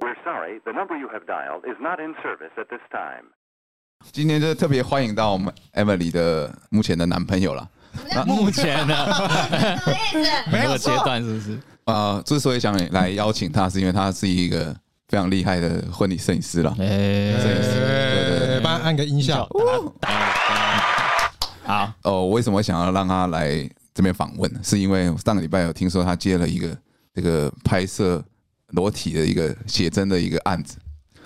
We're sorry, the number you have dialed is not in service at this time. 今天就特别欢迎到我们 Emily 的目前的男朋友啦。 目前呢，啊 没这有个错阶段是 不是？呃，之所以想来邀请他，是因为他是一个非常厉害的婚礼摄影师啦。哎，呃，帮他按个音效。好，哦，我为什么想要让他来这边访问呢？是因为上个礼拜有听说他接了一个这个拍摄裸体的一个写真的一个案 子，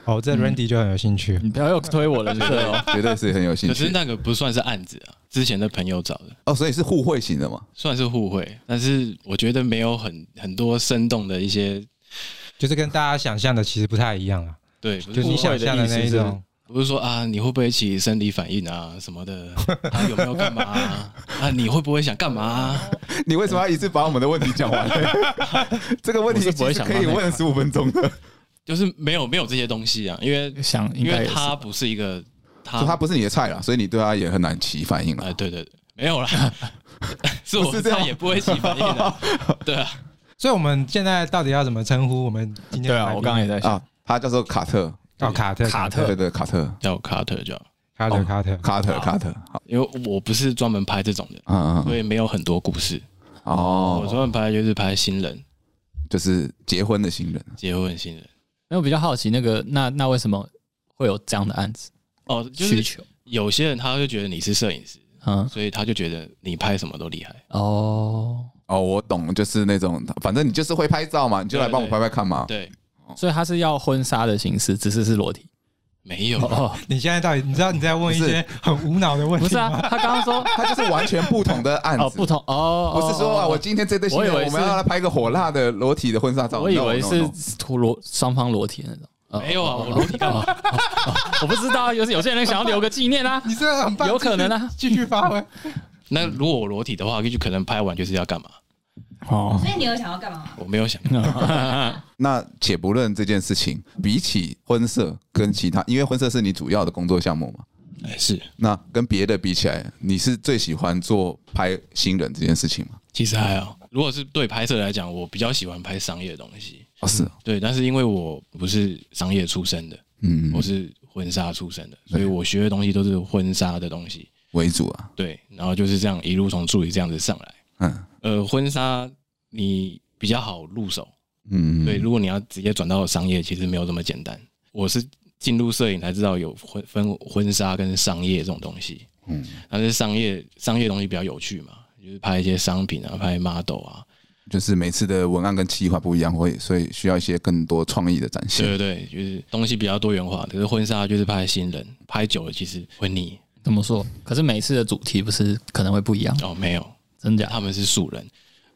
哦，嗯这 Randy 就很有兴趣。你不要又推我了，是不是哦？绝对是很有兴 可是趣。那个不算是案子啊，之前的朋友找的，哦，所以是互惠型的嘛？算是互惠，但是我觉得没有很很多生动的一些，就是跟大家想象的其实不太一样啊，对，不就是你互想惠象的那一种，不是说啊，你会不会起生理反应啊什么的，啊有没有干嘛 啊？啊你会不会想干嘛、啊？你为什么要一次把我们的问题讲 完？这个问题我是不其会实想到可以那一问十五分钟的，就是没有没有这些东西啊，因为想应因为该也是他不是一个他说他不是你的菜啦，所以你对他也很难起反应啊、了。对对对，没有啦， 是我不是这样再也不会起反应了、 对啊，所以我们现在到底要怎么称呼我们今天对的啊来，宾？我刚刚也在想，啊，他叫做卡特，哦，卡特，卡特对对对，卡特，叫 Carter 就好，卡哦特，卡特，卡特，卡特，好，因为我不是专门拍这种的，嗯嗯所以没有很多故事。嗯，我哦，专门拍就是拍新人就是结婚的新人，结婚新人因为我比较好奇那个，那那为什么会有这样的案子哦，就需是求？有些人他就觉得你是摄影师，嗯，所以他就觉得你拍什么都厉害。哦，哦，我懂，就是那种，反正你就是会拍照嘛，你就来帮我拍拍看嘛。对，所以他是要婚纱的形式，只是是裸体。没有，哦，你现在到底你知道你在问一不是些很无脑的问不题是啊吗？，他刚刚说 他就是完全不同的案哦子不，同哦，不是说啊，哦我今天这对新人我以为我是们要来拍一个火辣的裸体的婚纱照，哦我以 no，为 no，是 no 涂裸双方裸体的那种。哦没有啊，我裸体 干嘛？我不知啊道，啊有有些人想要留个纪念啊，你这个很棒，有可能啊。继续继续发挥。那如果我裸体的话，就可能拍完就是要干嘛？哦，所以你有想要干嘛吗？我没有想，嗯那且不论这件事情，比起婚摄跟其他，因为婚摄是你主要的工作项目嘛，哎是，那跟别的比起来，你是最喜欢做拍新人这件事情吗？其实还好。如果是对拍摄来讲，我比较喜欢拍商业的东西。哦，是哦，对，但是因为我不是商业出身的，嗯，我是婚纱出身的，所以我学的东西都是婚纱的东西。为主啊，对，然后就是这样一路从助理这样子上来。嗯呃，婚纱你比较好入手，嗯，对，如果你要直接转到商业，其实没有这么简单。我是进入摄影才知道有婚分婚纱跟商业这种东西，嗯，但是商业商业东西比较有趣嘛，就是拍一些商品啊，拍 model 啊，就是每次的文案跟企划不一样，会所以需要一些更多创意的展现。对对对，就是东西比较多元化。可是婚纱就是拍新人，拍久了其实会腻怎么说？可是每次的主题不是可能会不一样，哦，没有，真假？他们是素人，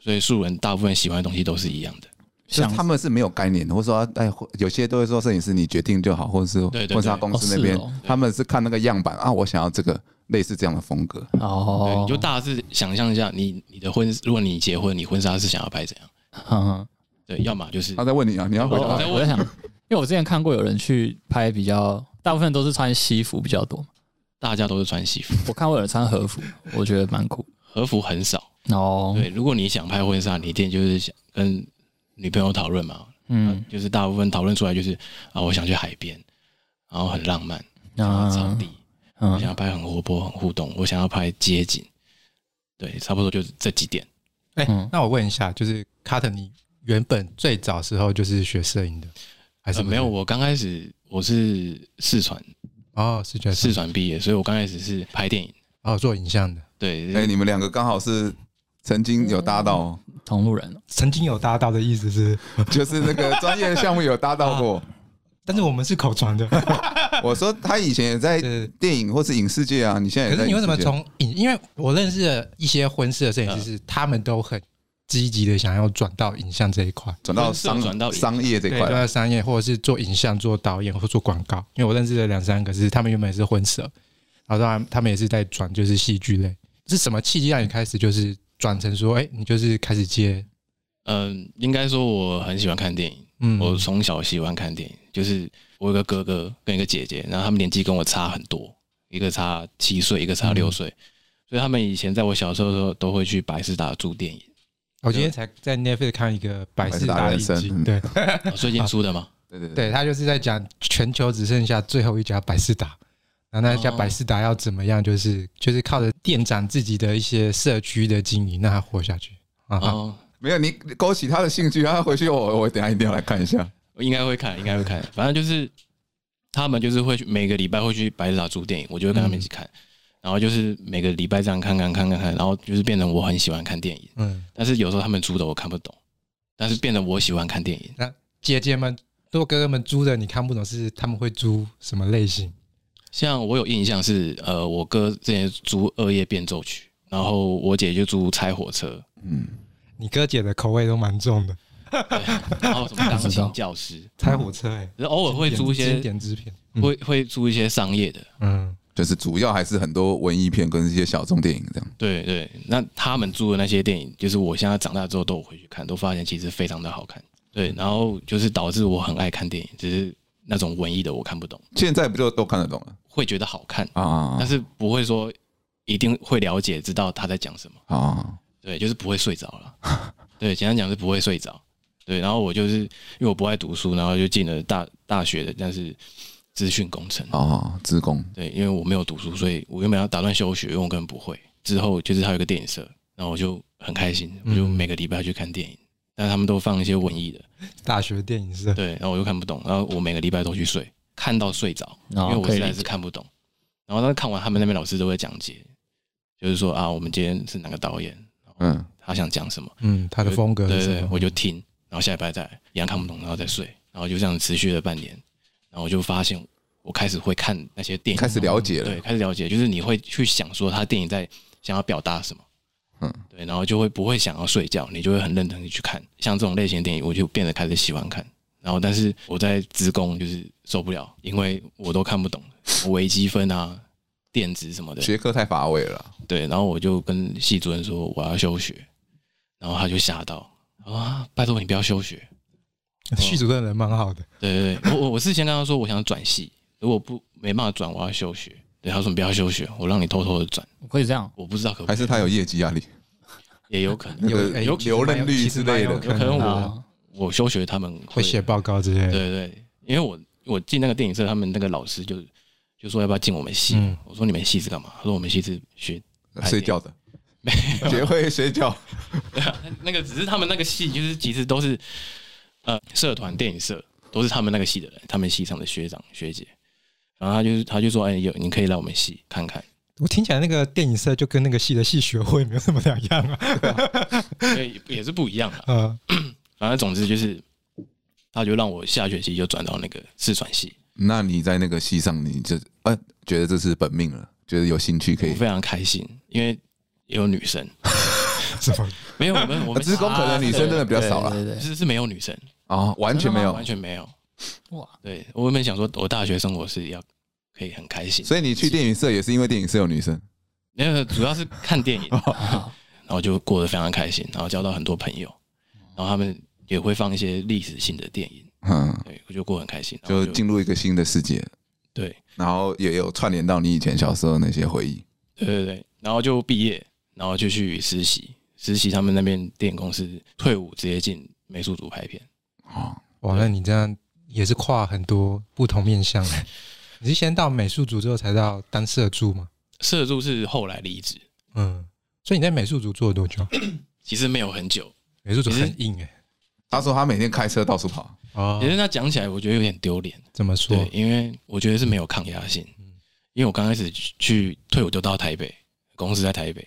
所以素人大部分喜欢的东西都是一样的。就是他们是没有概念的，或者说哎，或有些都会说摄影师你决定就好，或者是对对对婚纱公司那边，哦是哦他们是看那个样板啊，我想要这个类似这样的风格。对，哦你，就大致想象一下你，你的婚，如果你结婚，你婚纱是想要拍怎样？嗯，对，要么就是他在问你啊，你要回我答在问我在想，因为我之前看过有人去拍比较，大部分都是穿西服比较多，大家都是穿西服，我看过有人穿和服，我觉得蛮酷。和服很少。哦，对，如果你想拍婚纱，你一定就是想跟女朋友讨论嘛，啊嗯就是大部分讨论出来就是啊，我想去海边，然后很浪漫，想要草地，我想啊嗯，要拍很活泼、很互动，我想要拍街景，对，差不多就是这几点。哎嗯，那我问一下，就是卡特，你原本最早时候就是学摄影的，还是呃不是没有，？我刚开始我是四川哦，是觉得四是川毕业，所以我刚开始是拍电影，哦，做影像的，对，哎、你们两个刚好是曾经有搭到哦，同路人曾经有搭到的意思是， 就是那个专业的项目有搭到过。但是我们是口传的。我说他以前也在对电影或是影视界啊，你现在也在可是你为什么影视界从影？因为我认识的一些婚摄的摄嗯影师是，他们都很积极的想要转到影像这一块，转到从商转到影商业这对，块转？到商业或者是做影像、做导演或做广告。因为我认识的两三个是他们原本也是婚摄，然后当然他们也是在转就是戏剧类。是什么契机让你开始就是转成说，哎、你就是开始接？嗯、应该说我很喜欢看电影，嗯，我从小喜欢看电影，就是我有个哥哥跟一个姐姐，然后他们年纪跟我差很多，一个差七岁，一个差六岁，嗯所以他们以前在我小时候的时候都会去百事达租 电影。我今天才在 Netflix 看一个《百百事事达达人人生生嗯》，对，哦最近出的吗？对对对，对他就是在讲全球只剩下最后一家百事达，然后那家哦百事达要怎么样，就是就是靠着店长自己的一些社区的经营，让他活下去 啊哈。哦，没有你勾起他的兴趣，他回去我我等一下一定要来看一下。我应该会看，应该会看。反正就是他们就是会去每个礼拜会去白日塔租电影，我就会跟他们一起嗯看。然后就是每个礼拜这样看看看看看，然后就是变成我很喜欢看电影，嗯，但是有时候他们租的我看不懂，但是变成我喜欢看电影。姐姐们、多哥哥们租的，你看不懂是他们会租什么类型？像我有印象是，呃，我哥之前租《恶夜变奏曲》，然后我姐就租《拆火 车嗯，你哥姐的口味都蛮重的，》，对然后什么《钢琴教师》，拆火车哎、然后偶尔嗯会租一经些，典嗯制片，会会租一些商业的。嗯，就是主要还是很多文艺片跟一些小众电影这样。对对，那他们租的那些电影，就是我现在长大之后都有回去看，都发现其实非常的好看。对，然后就是导致我很爱看电影，只是那种文艺的我看不懂，现在不就都看得懂了会觉得好看，啊啊但是不会说一定会了解知道他在讲什么。啊啊！对，就是不会睡着了。对，简单讲是不会睡着。对，然后我就是因为我不爱读书，然后就进了大大学的，但是资讯工程。哦，自宫对，因为我没有读书，所以我原本要打算休学，因为我根本不会。之后就是他有一个电影社，然后我就很开心，我嗯就每个礼拜去看电影，但他们都放一些文艺的，大学电影社，对，然后我就看不懂，然后我每个礼拜都去睡，看到睡着，因哦为我可以实在理是解看不懂。然后当时看完，他们那边老师都会讲解，就是说啊，我们今天是哪个导演，嗯，他想讲什么。嗯，他的风格对是什么对，我就听，然后下礼拜再来一样看不懂，然后再睡，然后就这样持续了半年，然后我就发现我开始会看那些电影，开始了解对，了，开始了解，就是你会去想说他电影在想要表达什么，嗯嗯，对，然后就会不会想要睡觉，你就会很认真的去看，像这种类型的电影，我就变得开始喜欢看。然后，但是我在职工就是受不了，因为我都看不懂微积分啊、电子什么的，学科太乏味了。对，然后我就跟系主任说我要休学，然后他就吓到啊，拜托你不要休学。 系主任人蛮好的，对对对，我我我是先跟他说我想转系，如果不没办法转，我要休学。对，他说你不要休学，我让你偷偷的转，我可以这样，我不知道可不可还以是他有业绩压力，也有 可能那个哎有留任率之类的其实蛮有有可能的啊我休学他们会写报告之类对的，对对，因为我我进那个电影社，他们那个老师就就说要不要进我们系，嗯我说你们系是干嘛？他说我们系是学睡觉的，没学会睡觉。那个只是他们那个系，就是其实都是呃社团电影社，都是他们那个系的人，他们系上的学长学姐。然后他就是他就说，哎，有你可以来我们系看看。我听起来那个电影社就跟那个系的系学会没有什么两样啊。 所以也是不一样的。嗯反正总之就是，他就让我下学期就转到那个四川系，那你在那个戏上，你就呃觉得这是本命了，觉得有兴趣可我以非。常开心，因为有女生，什么？没有我们我啊 们职工可能女生真的比较少啊了对对对是是没有女生，啊，完全没有完。全没有。哇，对我原本想说，我大学生活是要可以很开心，所以你去电影社也是因为电影社有女生，没有主要是看 电影，啊然后就过得非常开心，然后交到很多朋友，然后他们也会放一些历史性的电影，嗯，对我就过得很开心，然后就进入一个新的世界，对然后也有串联到你以前小时候那些回忆。对对对，然后就毕业，然后就去实习，实习他们那边电影公司退伍直接进美术组拍片，哦，哇，那你这样也是跨很多不同面向 的。你是先到美术组之后才到当社助吗？社助是后来离职，嗯，所以你在美术组做了多久？其实没有很久，美术组很硬哎、他说他每天开车到处跑，哦其实那讲起来我觉得有点丢脸，怎么说对？，因为我觉得是没有抗压性，嗯因为我刚开始去去退伍就到台北，公司在台北，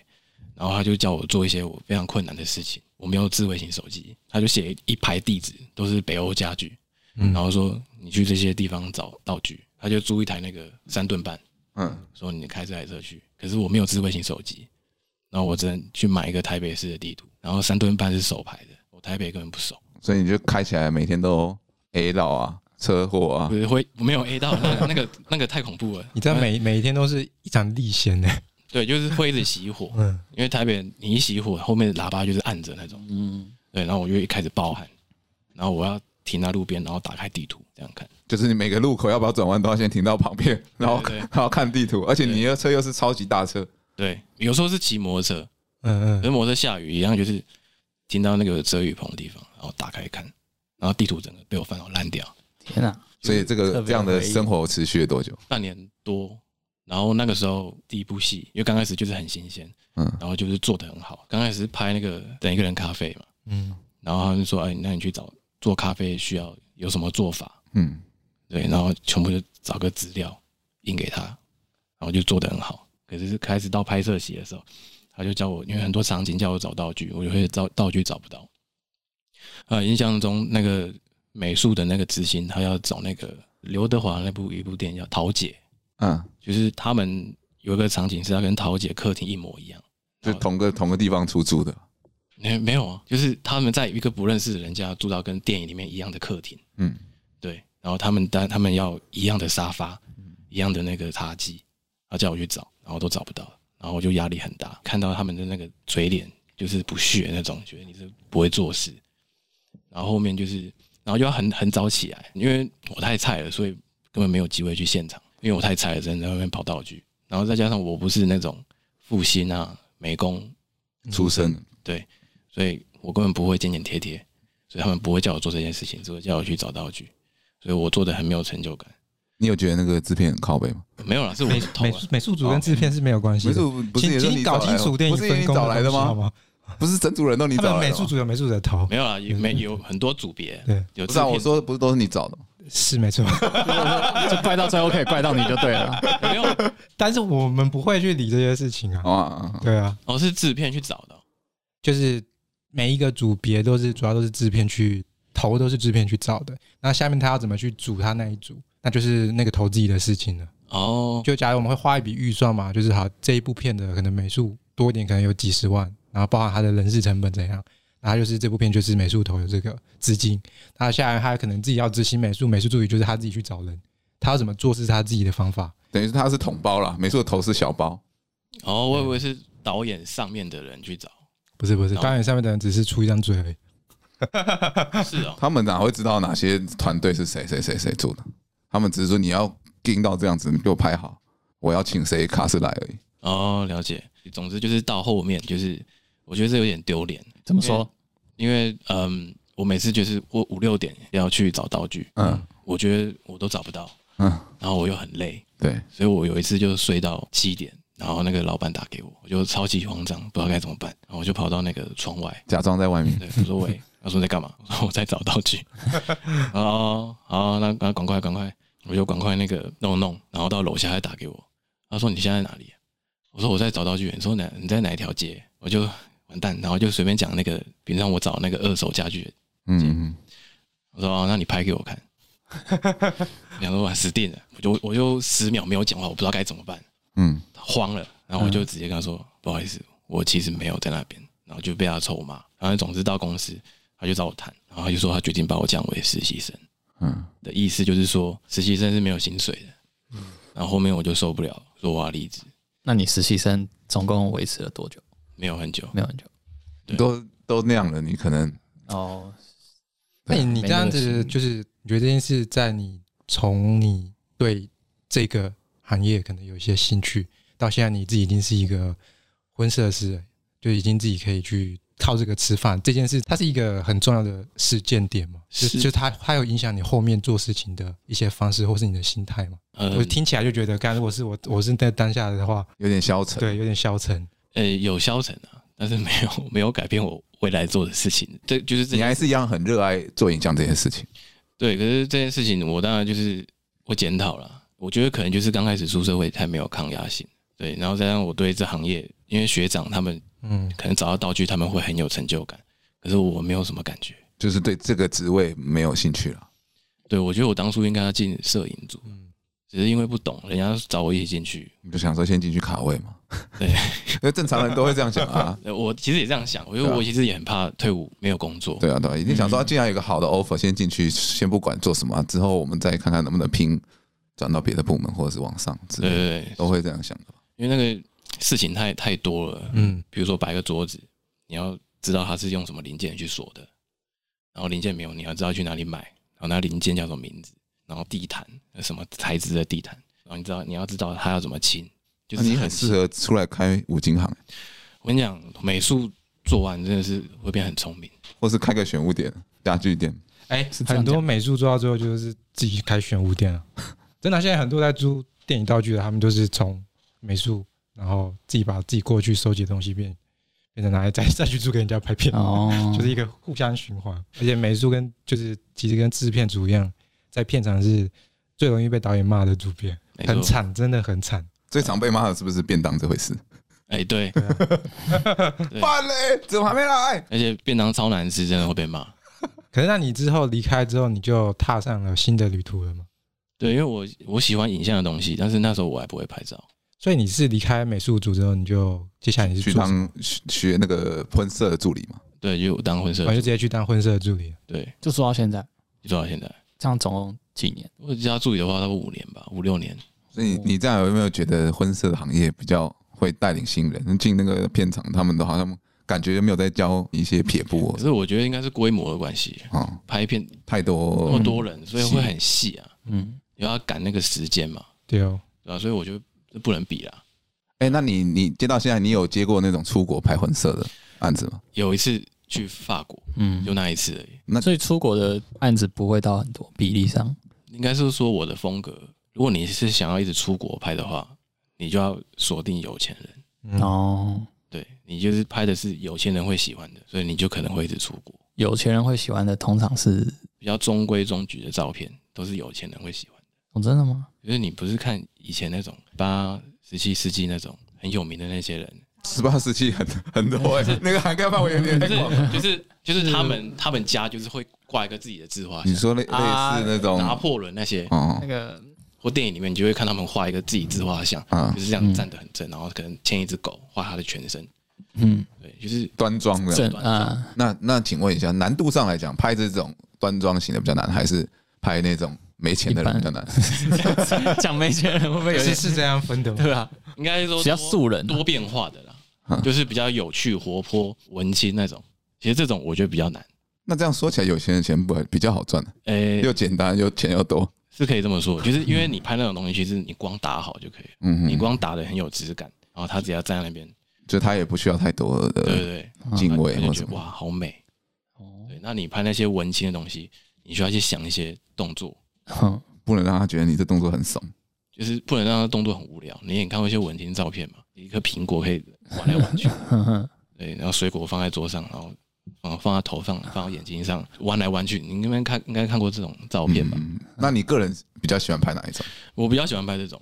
然后他就叫我做一些我非常困难的事情，我没有智慧型手机，他就写一排地址都是北欧家具，嗯然后说你去这些地方找道具，他就租一台那个三吨半，嗯，说你开这台车去，可是我没有智慧型手机，然后我只能去买一个台北市的地图，然后三吨半是手排的，我台北根本不熟，所以你就开起来每天都 A 到啊，车祸啊不，是会没有 A 到那那个那个太恐怖了， 你这样每每一天都是一场历险欸呢。对，就是会一直熄火，嗯，因为台北你一熄火，后面的喇叭就是按着那种，嗯，对，然后我就一开始暴汗，然后我要停在路边，然后打开地图这样看，就是你每个路口要不要转弯都要先停到旁边，然后对对然后看地图，而且你的车又是超级大车，对，有时候是骑摩托车，嗯可嗯，是摩托车下雨一样，就是停到那个遮雨棚的地方，然后打开看，然后地图整个被我翻到烂掉，天哪！所以这特个别这样的回忆生活持续了多久？半年多，然后那个时候第一部戏，因为刚开始就是很新鲜，嗯然后就是做的很好。刚开始是拍那个等一个人咖啡嘛，嗯，然后他们说，哎，那你去找做咖啡需要有什么做法？嗯，对，然后全部就找个资料印给他，然后就做的很好。可是开始到拍摄期的时候，他就叫我，因为很多场景叫我找道具，我就会找道具找不到。呃，印象中那个美术的那个执行，他要找那个刘德华那部一部电影叫《桃姐》，嗯，就是他们有一个场景是他跟桃姐客厅一模一样，就同个同个地方出租的，没没有啊，就是他们在一个不认识的人家住到跟电影里面一样的客厅，嗯，对，然后他们但他们要一样的沙发，嗯一样的那个茶几，然后叫我去找，然后都找不到，然后我就压力很大，看到他们的那个嘴脸就是不屑那种，觉得你是不会做事，然后后面就是，然后又要很很早起来，因为我太菜了，所以根本没有机会去现场，因为我太菜了，只能在外面跑道具，然后再加上我不是那种复兴啊、美工嗯出生的所以我根本不会剪剪贴贴，所以他们不会叫我做这件事情，只会叫我去找道具，所以我做的很没有成就感。你有觉得那个制片很靠背吗？没有啦，是我美是偷美啊，美术组跟制片是没有关系美的。术不是请也是请你你搞找来清的楚吗电不影是也分你工找来的东西好吗？吗？不是整组人都你他找们来美的术吗？组有美术组的头没，有啦，也没有很多组别，对，有不制是啊，片我说不是都是你找的吗？是没 错。就怪到最后可以怪到你就对了。没有，但是我们不会去理这些事情啊。哦啊，啊对啊，我是制片去找的哦，就是每一个组别都是主要都是制片去头都是制片去造的，那下面他要怎么去组他那一组，那就是那个投自己的事情了。哦，就假如我们会花一笔预算嘛，就是好这一部片的可能美术多一点，可能有几十万，然后包含他的人事成本怎样，然后就是这部片就是美术投有这个资金，那下来他可能自己要执行美术，美术助理就是他自己去找人，他要怎么做是他自己的方法。等于是他是统包啦，美术的头是小包，哦，我以为是导演上面的人去找，不是不是，哦导演上面的人只是出一张嘴而已。是哦，他们哪会知道哪些团队是谁谁谁谁做的？他们只是说你要盯到这样子，你给我拍好，我要请谁卡斯来而已。哦，了解。总之就是到后面，就是我觉得这有点丢脸，怎么说？因为嗯，我每次就是我五六点要去找道具，嗯我觉得我都找不到，嗯，然后我又很累，对，所以我有一次就睡到七点，然后那个老板打给我，我就超级慌张，不知道该怎么办，然后我就跑到那个窗外，假装在外面。对，我说喂，他说你在干嘛？我说我在找道具。然后哦好，那那赶快赶快，我就赶快那个弄弄，然后到楼下再打给我。他说你现在在哪里、啊我说我在找道具。你说哪你在哪一条街？我就完蛋，然后就随便讲那个，平常我找那个二手家具的嗯，嗯我说哦，那你拍给我看。 两个我死定了，我就我就十秒没有讲话，我不知道该怎么办，嗯慌了，然后我就直接跟他说、不好意思，我其实没有在那边，然后就被他臭骂。然后总之到公司，他就找我谈，然后他就说他决定把我降为实习生嗯的意思就是说实习生是没有薪水的。嗯然后后面我就受不了，说我要离职，那你实习生总共维持了多久？没有很久，没有很久。嗯，都都那样了，你可能啊哦，那对啊你没这样那个子，心就是你觉得这件事，在你从你对这个行业可能有一些兴趣，到现在你自己已经是一个婚摄师了，就已经自己可以去靠这个吃饭，这件事它是一个很重要的事件点嘛，就是就它它有影响你后面做事情的一些方式，或是你的心态嘛。呃我，听起来就觉得，刚如果是我我是在当下的话，有点消沉。对，有点消沉。呃有消沉啊，但是没有 没有改变我未来做的事情，这就是这你件还是一样很热爱做影像这件事情。对，可是这件事情我当然就是我检讨了，我觉得可能就是刚开始出社会太没有抗压性，对，然后再让我对这行业，因为学长他们嗯，可能找到道具，他们会很有成就感，可是我没有什么感觉。就是对这个职位没有兴趣了。对，我觉得我当初应该要进摄影组，嗯只是因为不懂，人家找我一起进去，你就想说先进去卡位嘛？对，。因为正常人都会这样想啊呃我其实也这样想，我因为对啊我其实也很怕退伍没有工作，对啊，对啊，一定想说，啊既然有一个好的 offer，先进去，先不管做什么啊，之后我们再看看能不能拼，转到别的部门或者是往上之对类的，对对，都会这样想的。因为那个事情太太多了，嗯，比如说摆个桌子，你要知道它是用什么零件去锁的，然后零件没有，你要知道去哪里买，然后那零件叫什么名字，然后地毯呃什么材质的地毯，然后你知道你要知道它要怎么清，就那是啊你很适。合出来开五金行，我跟你讲，美术做完真的是会变很聪明，或是开个选物店、家具店。哎、哎、是这样很多讲美术做到最后就是自己开玄武店了、 真的啊、现在很多在租电影道具的，他们就是从美术，然后自己把自己过去收集的东西变变成拿来再再去租给人家拍片，哦，就是一个互相循环。而且美术跟就是其实跟制片组一样，在片场是最容易被导演骂的主编，没错很惨，真的很惨。最常被骂的是不是便当这回事？哎，对，对饭嘞，怎么还没来？而且便当超难吃，真的会被骂。 可是那你之后离开之后，你就踏上了新的旅途了吗？对，因为我我喜欢影像的东西，但是那时候我还不会拍照。所以你是离开美术组之后，你就接下来你是去做什么当学学那个婚摄的助理嘛？对，就我当婚摄哦我，就直接去当婚摄助理了。对，就说到现在，一做到现在。这样总共几年？我加助理的话，差不多五年吧，五六年。所以你这样有没有觉得婚摄的行业比较会带领新人进那个片场？他们都好像感觉没有在教一些撇步哦可是我觉得应该是规模的关系，哦，哦拍片太那么多多人，所以会很细啊，嗯，你要赶那个时间嘛，对哦，对吧、所以我觉得不能比啦。哎、那你你接到现在，你有接过那种出国拍婚摄的案子吗？有一次去法国，嗯就那一次而已。所以出国的案子不会到很多比例上，应该是说我的风格，如果你是想要一直出国拍的话，你就要锁定有钱人，嗯哦，对你就是拍的是有钱人会喜欢的，所以你就可能会一直出国。有钱人会喜欢的通常是，比较中规中矩的照片都是有钱人会喜欢的，哦，真的吗？就是你不是看以前那种八十七世纪那种很有名的那些人，十八世纪很很多、 欸，那个涵盖范围有嗯点太广了。就是 就是他们他们家就是会挂一个自己的字画你像，说类类似啊那种拿破仑那些，哦那个或电影里面你就会看他们画一个自己自画像，啊就是这样站得很正，然后可能牵一只狗画他的全身，嗯，对，就是端庄的。正啊，那那请问一下，难度上来讲，拍这种端庄型的比较难，还是拍那种没钱的人比较难？ 讲没钱人会不会有是点是这样分 的吗？ 对吧？啊应该说比较多素人啊多变化的啦嗯，就是比较有趣、活泼、文青那种。其实这种我觉得比较难， 那这样说起来，有钱人钱不比较好赚，啊诶、又简单又钱又多。是可以这么说，就是因为你拍那种东西，其实你光打好就可以了，嗯你哼，光打的很有质感，然后他只要站在那边，就他也不需要太多对对的对，敬畏他就或觉什得哇么。好美。哦，对，那你拍那些文青的东西，你需要去想一些动作，哼，不能让他觉得你这动作很怂。就是不能让他动作很无聊。你也看过一些文青照片嘛，一颗苹果可以玩来玩去，哼哼，对，然后水果放在桌上，然后放放在头上，放到眼睛上，弯来弯去。你应该看应该看过这种照片吧？嗯，那你个人比较喜欢拍哪一种？我比较喜欢拍这种，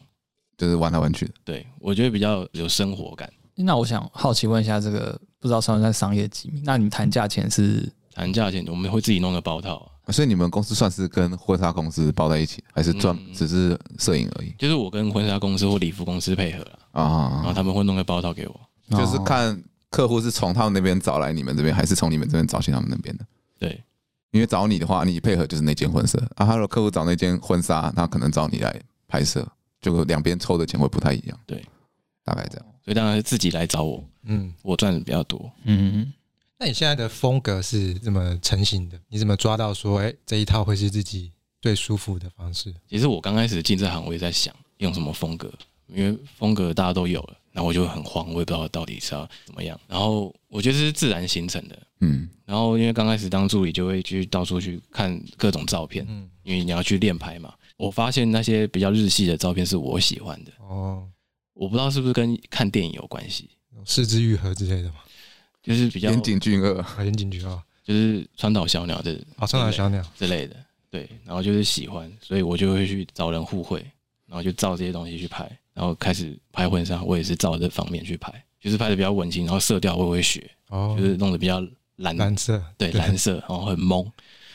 就是玩来玩去的。对我觉得比较有生活感。 那我想好奇问一下，这个不知道算不算商业机密？那你们谈价钱是谈价钱，我们会自己弄个包套啊、所以你们公司算是跟婚纱公司包在一起，还是专嗯只是摄影而已就是我跟婚纱公司或礼服公司配合了，然后啊？他们会弄个包套给我。就是哦看客户是从他们那边找来你们这边，还是从你们这边找去他们那边的？对，因为找你的话，你配合就是那间婚纱啊。他如果客户找那间婚纱，那可能找你来拍摄，就两边抽的钱会不太一样。对，大概这样。所以当然是自己来找我，嗯，我赚的比较多。嗯，那你现在的风格是怎么成型的？你怎么抓到说，哎、这一套会是自己最舒服的方式？其实我刚开始进这行，我也在想用什么风格，因为风格大家都有了，然后我就很慌，我也不知道到底是要怎么样。然后我觉得这是自然形成的。嗯，然后因为刚开始当助理，就会去到处去看各种照片，嗯，因为你要去练拍嘛。我发现那些比较日系的照片是我喜欢的，哦，我不知道是不是跟看电影有关系，四肢愈合之类的嘛，就是比较岩井俊二啊，岩井俊二，就是川岛小鸟这哦，川岛小鸟，之类的，对，然后就是喜欢，所以我就会去找人互惠，然后就照这些东西去拍，然后开始拍婚纱，我也是照这方面去拍，就是拍的比较文青，然后色调我也会学，哦就，是弄得比较蓝，蓝色，对蓝色，然后很懵，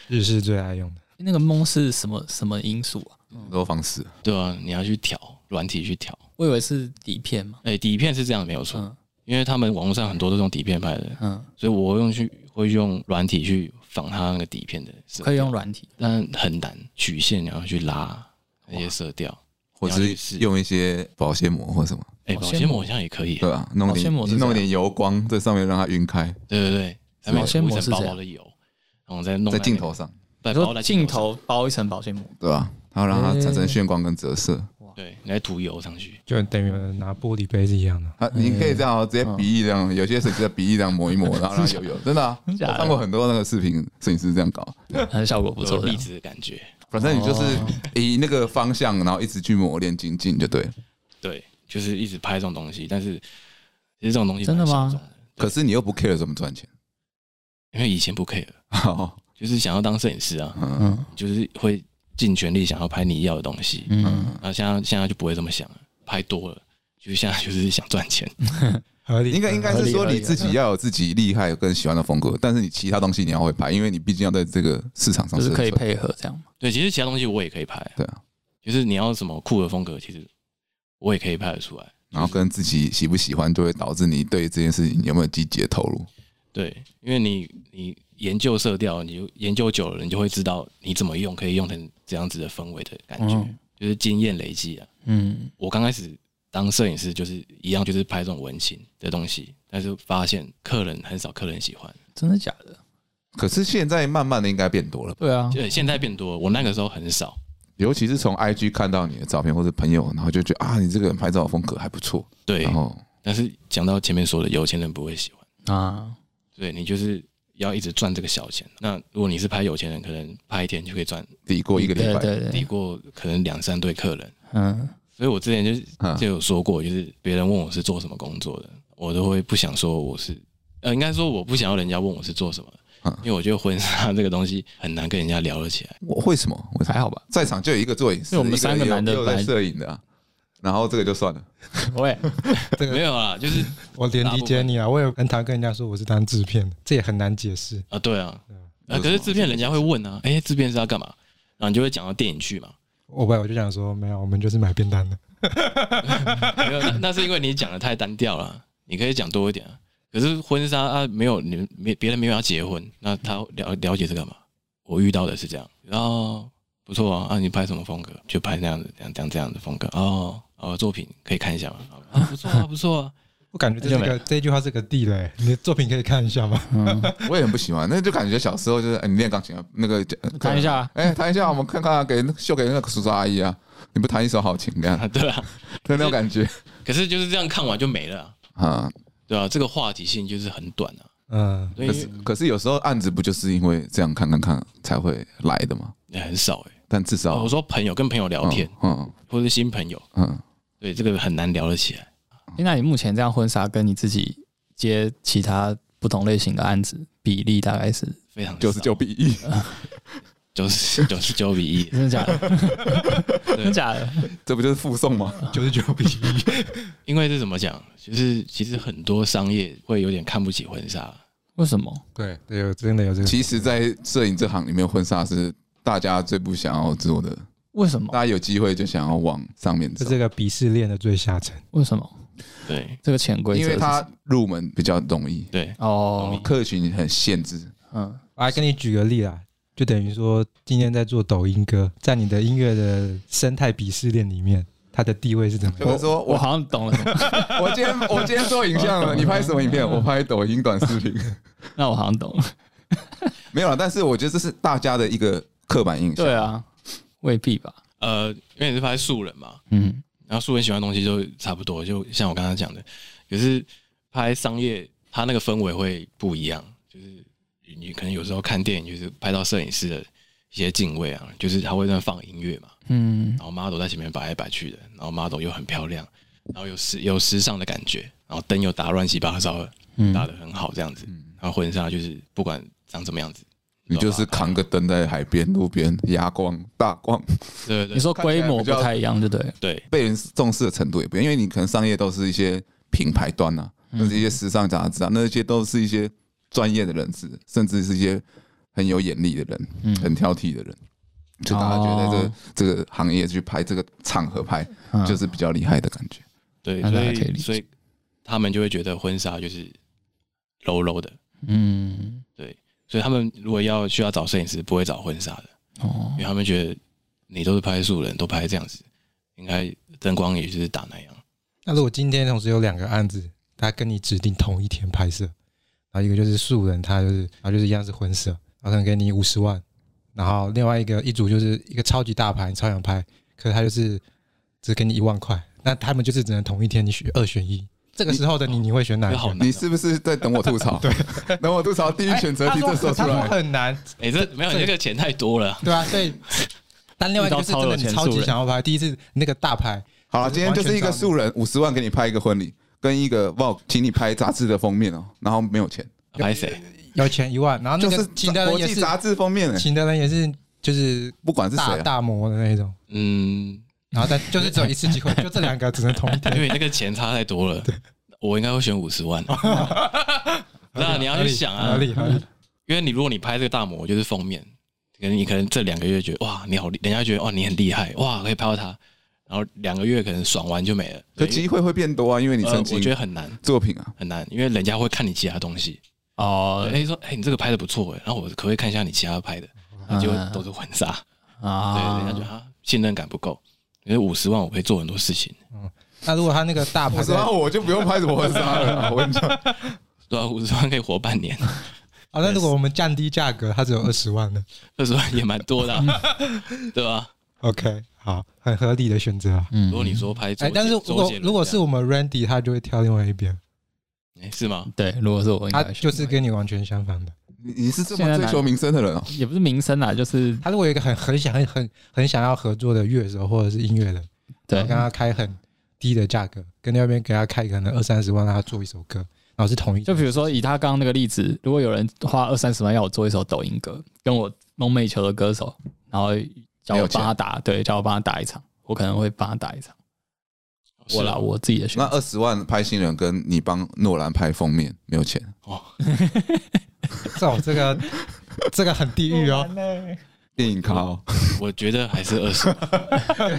日式最爱用的，那个蒙是什么什么因素啊？多方式，对啊，你要去调软体去调，我以为是底片嘛。哎、底片是这样没有错，嗯因为他们网络上很多都是用底片拍的，嗯，所以我用去会用软体去仿它那个底片的色调，可以用软体。但很难曲线，你要去拉那些色调。或者是用一些保鲜膜或什么，哎、保保鲜鲜膜膜好像也可以，对吧、弄保鲜点膜是这样弄点油光在上面让它晕开，对对对，上面保鲜涂一层膜是薄这薄样的油，然后再弄在那镜个头上，对，你包说在镜头上，头包一层保鲜膜，对吧、然后让它产生眩光跟折射。哇，对，你来涂油上去，就等于拿玻璃杯是一样的。哎啊，你可以这样哦，直接鼻翼这样，有些是直接鼻翼这样磨一磨，然后让它油油，真的啊，我 假的看过很多那个视频，摄影师这样搞，很 效果不错有的壁。纸的感觉。反正你就是哦以那个方向，然后一直去磨练精进就对了。对，就是一直拍这种东西，但是其实这种东西真的吗蛮小众的？可是你又不 care 怎么赚 钱，因为以前不 care，好，就是想要当摄影师啊，嗯就是会尽全力想要拍你要的东西。嗯，嗯，然后现在现在就不会这么想了，拍多了，就是现在就是想赚钱。嗯合理应该应该是说你自己要有自己厉害跟喜欢的风格，但是你其他东西你要会拍，因为你毕竟要在这个市场上就是可以生存配合这样嘛。对，其实其他东西我也可以拍啊，对啊，就是你要什么酷的风格，其实我也可以拍得出来。然后跟自己喜不喜欢，就会导致你对这件事情有没有积极的投入。对，因为你你研究色调，你就研究久了，你就会知道你怎么用可以用成这样子的氛围的感觉，嗯就是经验累积啊。嗯，我刚开始当摄影师就是一样，就是拍这种文青的东西，但是发现客人很少，客人喜欢。真的假的？可是现在慢慢的应该变多了吧，对啊，对，现在变多，我那个时候很少。尤其是从 IG 看到你的照片或者朋友，然后就觉得啊，你这个人拍照风格还不错，对然，哦后但是讲到前面说的，有钱人不会喜欢，啊，对你就是要一直赚这个小钱。那如果你是拍有钱人，可能拍一天就可以赚抵过一个礼对拜，对抵对，过可能两三对客人。嗯，所以我之前就是嗯就有说过，就是别人问我是做什么工作的，我都会不想说我是，呃，应该说我不想要人家问我是做什么的嗯，因为我觉得婚纱这个东西很难跟人家聊得起来。我为什么？为什么还好吧。在场就有一个做影师，因为我们三个个男的有有本在来摄影的啊，然后这个就算了。喂，没有啦，就是我连理解你啊，我也很常跟人家说我是当制片的，这也很难解释。啊，对啊，有啊，什么可是制片人家会问啊，哎，制片是要干嘛？然后你就会讲到电影去嘛，我本来我就想说没有，我们就是买便当的。没有，那那是因为你讲的太单调了，你可以讲多一点啊。可是婚纱啊，没有你没别人没有要结婚，那他了了解这干嘛？我遇到的是这样，然后不错啊，啊，你拍什么风格？就拍那样子，这样这样这样的风格哦。哦，作品可以看一下嘛，啊不错啊，不错啊。我感觉这是那就没个这句话是个地雷，你的作品可以看一下吗？我也很不喜欢，那就感觉小时候就是，哎，你练钢琴啊，那个弹一，下啊，哎，弹一下，我们看看啊，给那秀给那个叔叔阿姨啊，你不弹一首好琴，你 看，啊 对啊，就那种感觉可是就是这样看完就没了、啊，啊。对啊，这个话题性就是很短啊，嗯，所可是以可是有时候案子不就是因为这样看看看才会来的嘛？也很少哎、但至哦少我说朋友跟朋友聊天，，嗯或者新朋友，嗯嗯，对这个很难聊得起来。诶那你目前这样婚纱跟你自己接其他不同类型的案子比例大概是非常九十九比一，九十九十九比一，真的假的？ 真的假的？这不就是附送吗？ 嗯九十九比一，因为是怎么讲，就是其实很多商业会有点看不起婚纱，为什么？对，对有真的有这个。其实，在摄影这行里面，婚纱是大家最不想要做的，为什么大？家有机会就想要往上面这走，是个鄙视链的最下层，为什么？对这个潜规则因是为什么，它入门比较容易，对，哦，客群很限制。嗯，我来跟你举个例啦，就等于说今天在做抖音歌，在你的音乐的生态鄙视链里面，它的地位是怎么就样？是说我我好像懂了，我今天我今天做影像嗯了，你拍什么影片？我拍抖音短视频，那我好像懂了。 没有了。但是我觉得这是大家的一个刻板印象。对，啊，未必吧？呃，因为你是拍素人嘛，嗯，然后素人喜欢的东西就差不多，就像我刚刚讲的，可是拍商业，它那个氛围会不一样，就是你可能有时候看电影，就是拍到摄影师的一些敬畏啊，就是他会在那放音乐嘛，嗯，然后 model 在前面摆来摆去的，然后 model 又很漂亮，然后有时有时尚的感觉，然后灯又打乱七八糟的，嗯打的很好这样子，然后婚纱就是不管长怎么样子，你就是扛个灯在海边、路边嗯压光、大光，对对你对说规模不太一样，就对了。对被人重视的程度也不一样。因为你可能商业都是一些品牌端啊，那是一些时尚杂志啊，那些都是一些专业的人士，甚至是一些很有眼力的人，很挑剔的人。就大家觉得这个、哦这个行业去拍这个场合拍，嗯就是比较厉害的感觉。对，那所大家可以理以解所以他们就会觉得婚纱就是柔柔的，嗯，对，所以他们如果要需要找摄影师，不会找婚纱的，哦因为，他们觉得你都是拍素人，都拍这样子，应该灯光也就是打那样，那如果今天同时有两个案子，他跟你指定同一天拍摄，然后一个就是素人，他就是然后就是一样是婚摄，然后可能给你五十万，然后另外一个一组就是一个超级大牌，你超想拍，可是他就是只给你一万块，那他们就是只能同一天你选二选一。这个时候的你，你会选哪一这好个？难你是不是在等我吐槽？对， 等我吐槽第一选择题这时候出他说来，很难，哎、这没有你这个钱太多了，对啊，所以但另外一个就是真的你超级想要拍，第一次那个大牌，好了，今天就是一个素人五十万给你拍一个婚礼，跟一个 Vogue 请你拍杂志的封面哦，然后没有钱，拍谁？要钱一万，然啊后那就个是请的人国也际是，杂志封面欸，请的人也是就是不管是大谁啊，大模的那种，嗯，然后但就是只有一次 机会，就这两个只能同一因天。为那个钱差太多了，我应该会选五十万。 啊那你要去想啊合，理合理，因为你如果你拍这个大模就是封面，可能你可能这两个月觉得哇你好厉，人家觉得哇你很厉害，哇可以拍到他，然后两个月可能爽完就没了。可对因机会会变多啊，因为你为呃曾我觉得经很难作品啊，很难，因为人家会看你其他东西。哦呃哎、说哎、你这个拍的不错哎，然后我可不可以看一下你其他拍的？啊那就都是婚纱，对，人家觉得啊，啊信任感不够。因为五十万我可以做很多事情，那如果他那个大牌我在，说啊啊，我就不用拍什么婚纱了 啊，我跟你讲，对啊，五十万可以活半 年，那如果我们降低价格，他只有二十万呢二十万也蛮多的 啊、对吧、 ？OK，好，很合理的选择啊。嗯如果你说拍周哎，杰，但是如周果杰伦如果这是样我们 Randy，他就会跳另外一边，哎是吗？对，如果是我应他该选就是跟你完全相反的。你你是这现在么追哪求名声的人哦，也不是名声啦，啊就是他如果有一个很很想很很很想要合作的乐手或者是音乐人，对我跟他开很低的价格，跟那边给他开可能二三十万，让他做一首歌，然后是同一，就比如说以他刚刚那个例子，如果有人花二三十万要我做一首抖音歌，跟我梦寐以求的歌手，然后叫没我有钱帮他打，对，叫我帮他打一场，我可能会帮他打一场。哦我是啦，啊我自己的选那择。二十万拍新人跟你帮诺兰拍封面没有钱，哦，这 种这个这个很地狱哦，电影咖哦，我觉得还是二十，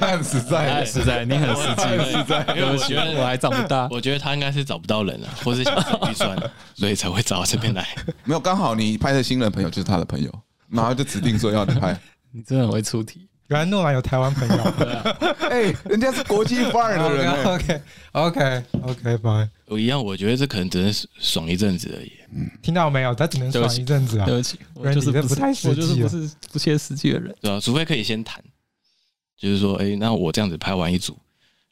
很实在哎的，实在，你很 实际，实在因为我觉得我还长不大。我觉得他应该是找不到人啊，或是想省预算，所以才会找我这边来。没有刚好你拍的新人朋友就是他的朋 友，然后就指定说要你 拍，你真的很会出题。原来诺兰有台湾朋友。啊 哎，人家是国际范儿的 人欸， OK OK OK fine，我一样，我觉得这可能只能爽一阵子而已。听到没有？他只能对不爽起一阵子啊对。不起，不我然就是你这不不是，太实我就是际不啊是不切实际的人。对啊，除非可以先谈，就是说，哎、那我这样子拍完一组，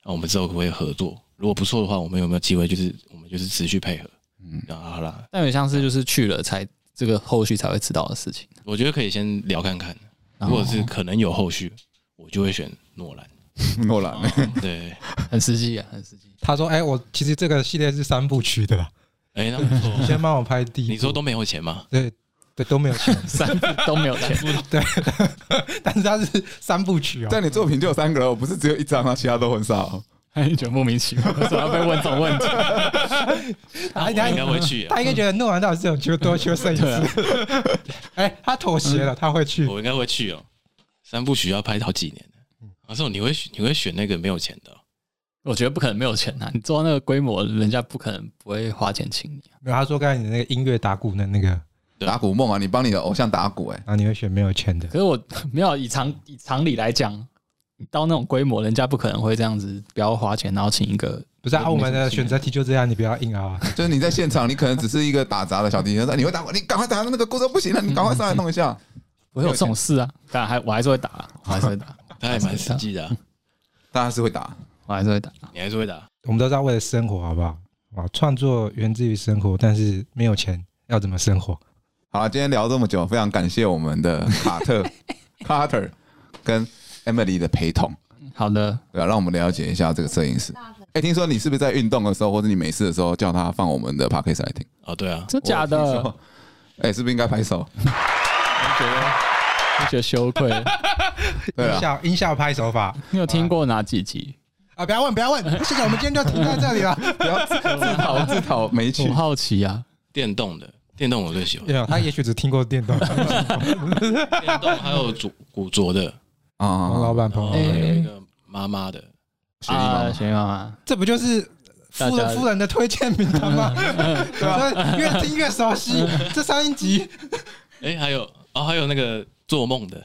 那我们之后可不可以合作？如果不错的话，我们有没有机会？就是我们就是持续配合。嗯，啊，好啦，但有像是就是去了才这个后续才会知道的事情。我觉得可以先聊看看。如然后果是可能有后续，我就会选诺 兰。诺兰欸对，很实际啊，很实际。他说：“哎，我其实这个系列是三部曲哦的啦，哎、那不你错。先帮我拍第一部。”你说都没有钱吗？对对都没有钱， 三部都没有钱，但是他是三部曲在哦。你作品就有三个了，我不是只有一张啊，其他都很少。那 你觉得莫名其妙，为什么要被问这种问题？他哎我应该会去啊、他应该觉得诺兰到底是有缺多缺摄影师。 哎，他妥协了，他会去。 我应该会去哦。三部曲要拍好几年的，阿寿，你会你会选那个没有钱的哦、我觉得不可能没有钱啊！你做到那个规模，人家不可能不会花钱请你、啊。没有，他说刚才你那个音乐打鼓的那个，对打鼓梦啊，你帮你的偶像打鼓、欸，哎，然后你会选没有钱的。可是我 没有以常以常理来讲，你到那种规模，人家不可能会这样子不要花钱，然后请一个不是啊，我们的选择题就这样，你不要硬凹啊。 就是你在现场，你可能只是一个打杂的小提琴手，你会打鼓，你赶快打那个鼓手不行了，你赶快上来弄一下。不会有这种事啊！当然还我还是会打啊，我还是会打，他还蛮实际的、 啊，大家是会打，我还是会打啊。你还是会打。我们都知道为了生活，好不好？啊，创作源自于生活，但是没有钱要怎么生活？好了，今天聊这么久，非常感谢我们的卡特 Carter 跟 Emily 的陪同，好的，对吧、让我们了解一下这个摄影师。哎、听说你是不是在运动的时候，或者你没事的时候，叫他放我们的 Podcast 来听？哦，对啊，真假我的听，说？哎、是不是应该拍手？我觉得羞愧 了。对音啊，效音效拍手法你有听过哪几集？ 啊，不要问，不要问，谢谢，我们今天就停在这里了。 不要自自讨自讨没趣 我。好奇啊，电动的，电动我最喜欢。没有， 他也许只听过电动。电动还有古古着的，啊啊哦王老啊板然朋后友，还有一个妈妈的，学历啊，嘛，学妈妈，这不就是大夫家人夫人的推荐名单吗？ 对吧？越听越熟悉。这上一集，哎、还有哦，还有那个做梦的，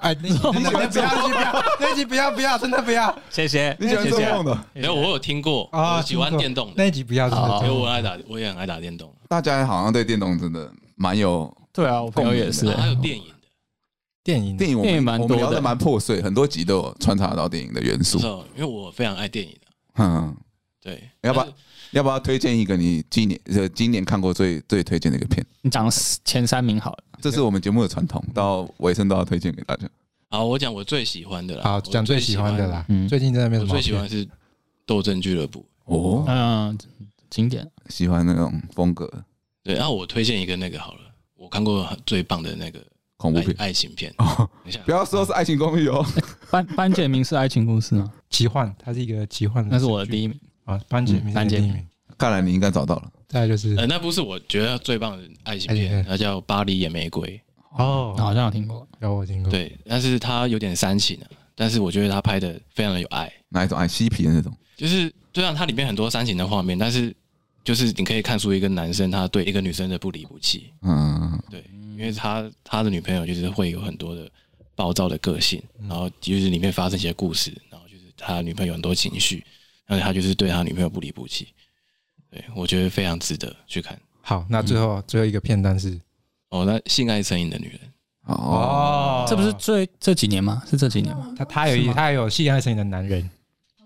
哎，那集那集不要，那集不要，那集不要，不要，真的不要谢谢，你喜欢做梦的？哎、我有听过，啊！我喜欢电动的，那集不要，真好的因不为要。我爱打，我也很爱打电动。大家好像对电动真的蛮有对啊，我朋友也是然，后还有电影的，电影电影我电影蛮们我们多聊的的蛮破碎，很多集都有穿插到电影的元不素知。道，因为我非常爱电影的、嗯，对，要不但是要不要推荐一个你今年呃今年看过最最推荐的一个片？你讲前三名好了，这是我们节目的传统，到尾声都要推荐给大家。好，我讲我最喜欢的啦，好我讲最喜欢的啦嗯。最近真的没最有喜什欢，我么好最喜欢的片是《斗争俱乐部》。哦，嗯，经典喜欢那种风格对，然后我推荐一个那个好了，我看过最棒的那个恐怖片爱爱情片，哦，等一下不要说是《爱情公寓》 哦，班班杰明是爱情故事吗？奇幻，它是一个奇幻的那嗯神剧，是我的第一名，啊，班杰明是班杰嗯第一明名，看来你应该找到了。再来就是呃，那部是我觉得最棒的爱情爱情片片，它叫《巴黎野玫瑰哦，嗯好像有听过。有我嗯听》。过，对，但是它有点煽情啊，但是我觉得它拍的非常的有爱，哪一种爱？嬉皮的那种。就是虽然它里面很多煽情的画面，但是就是你可以看出一个男生他对一个女生的不离不弃，嗯，对，因为他他的女朋友就是会有很多的暴躁的个性，然后就是里面发生一些故事，然后就是他女朋友很多情绪，但是他就是对他女朋友不离不弃。对，我觉得非常值得去看。好，那最嗯后最后一个片段是哦，那性爱成瘾的女人，哦，哦这不是最这几年吗？是这几年吗？他他有一他有《性爱成瘾的男人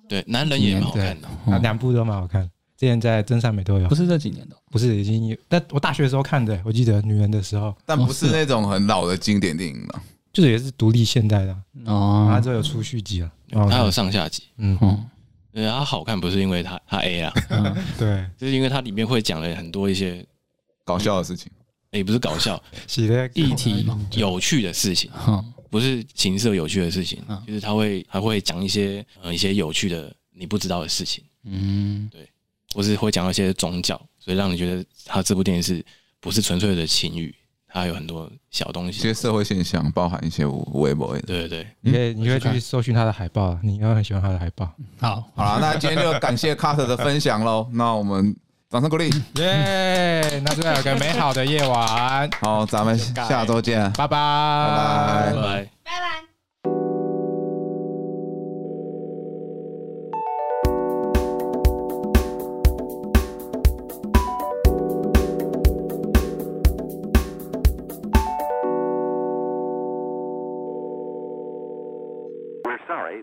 对，男人也蛮好看的。》啊，两部都蛮好看，之前在真善美都有嗯不，是这几年的哦，不是已经有，但我大学的时候看的，我记得女人的时候，但不是那种很老的经典电影了。就是也是独立现代的，啊然后它哦，之后有出续集了，对它有哦，上下集，嗯，嗯对，它好看不是因为它它 A 啦，嗯对，就是因为它里面会讲了很多一些搞笑的事情，也不是搞笑，喜的议题嘛，有趣的事情，嗯不是情色有趣的事情，就是他会还会讲一些呃一些有趣的你不知道的事情。嗯，或是会讲到一些宗教，所以让你觉得他这部电影是不是纯粹的情欲，它有很多小东一西些。社会现象，包含一些微博的。对对对，你可以你可以嗯去搜寻他的海报啊，你应该很喜欢他的海报，好，好了，那今天就感谢 Carter 的分享喽。那我们掌声鼓励。耶！那祝大家有个美好的夜晚，好，咱们下周见。拜拜，拜呃拜拜。拜拜。 We're sorry,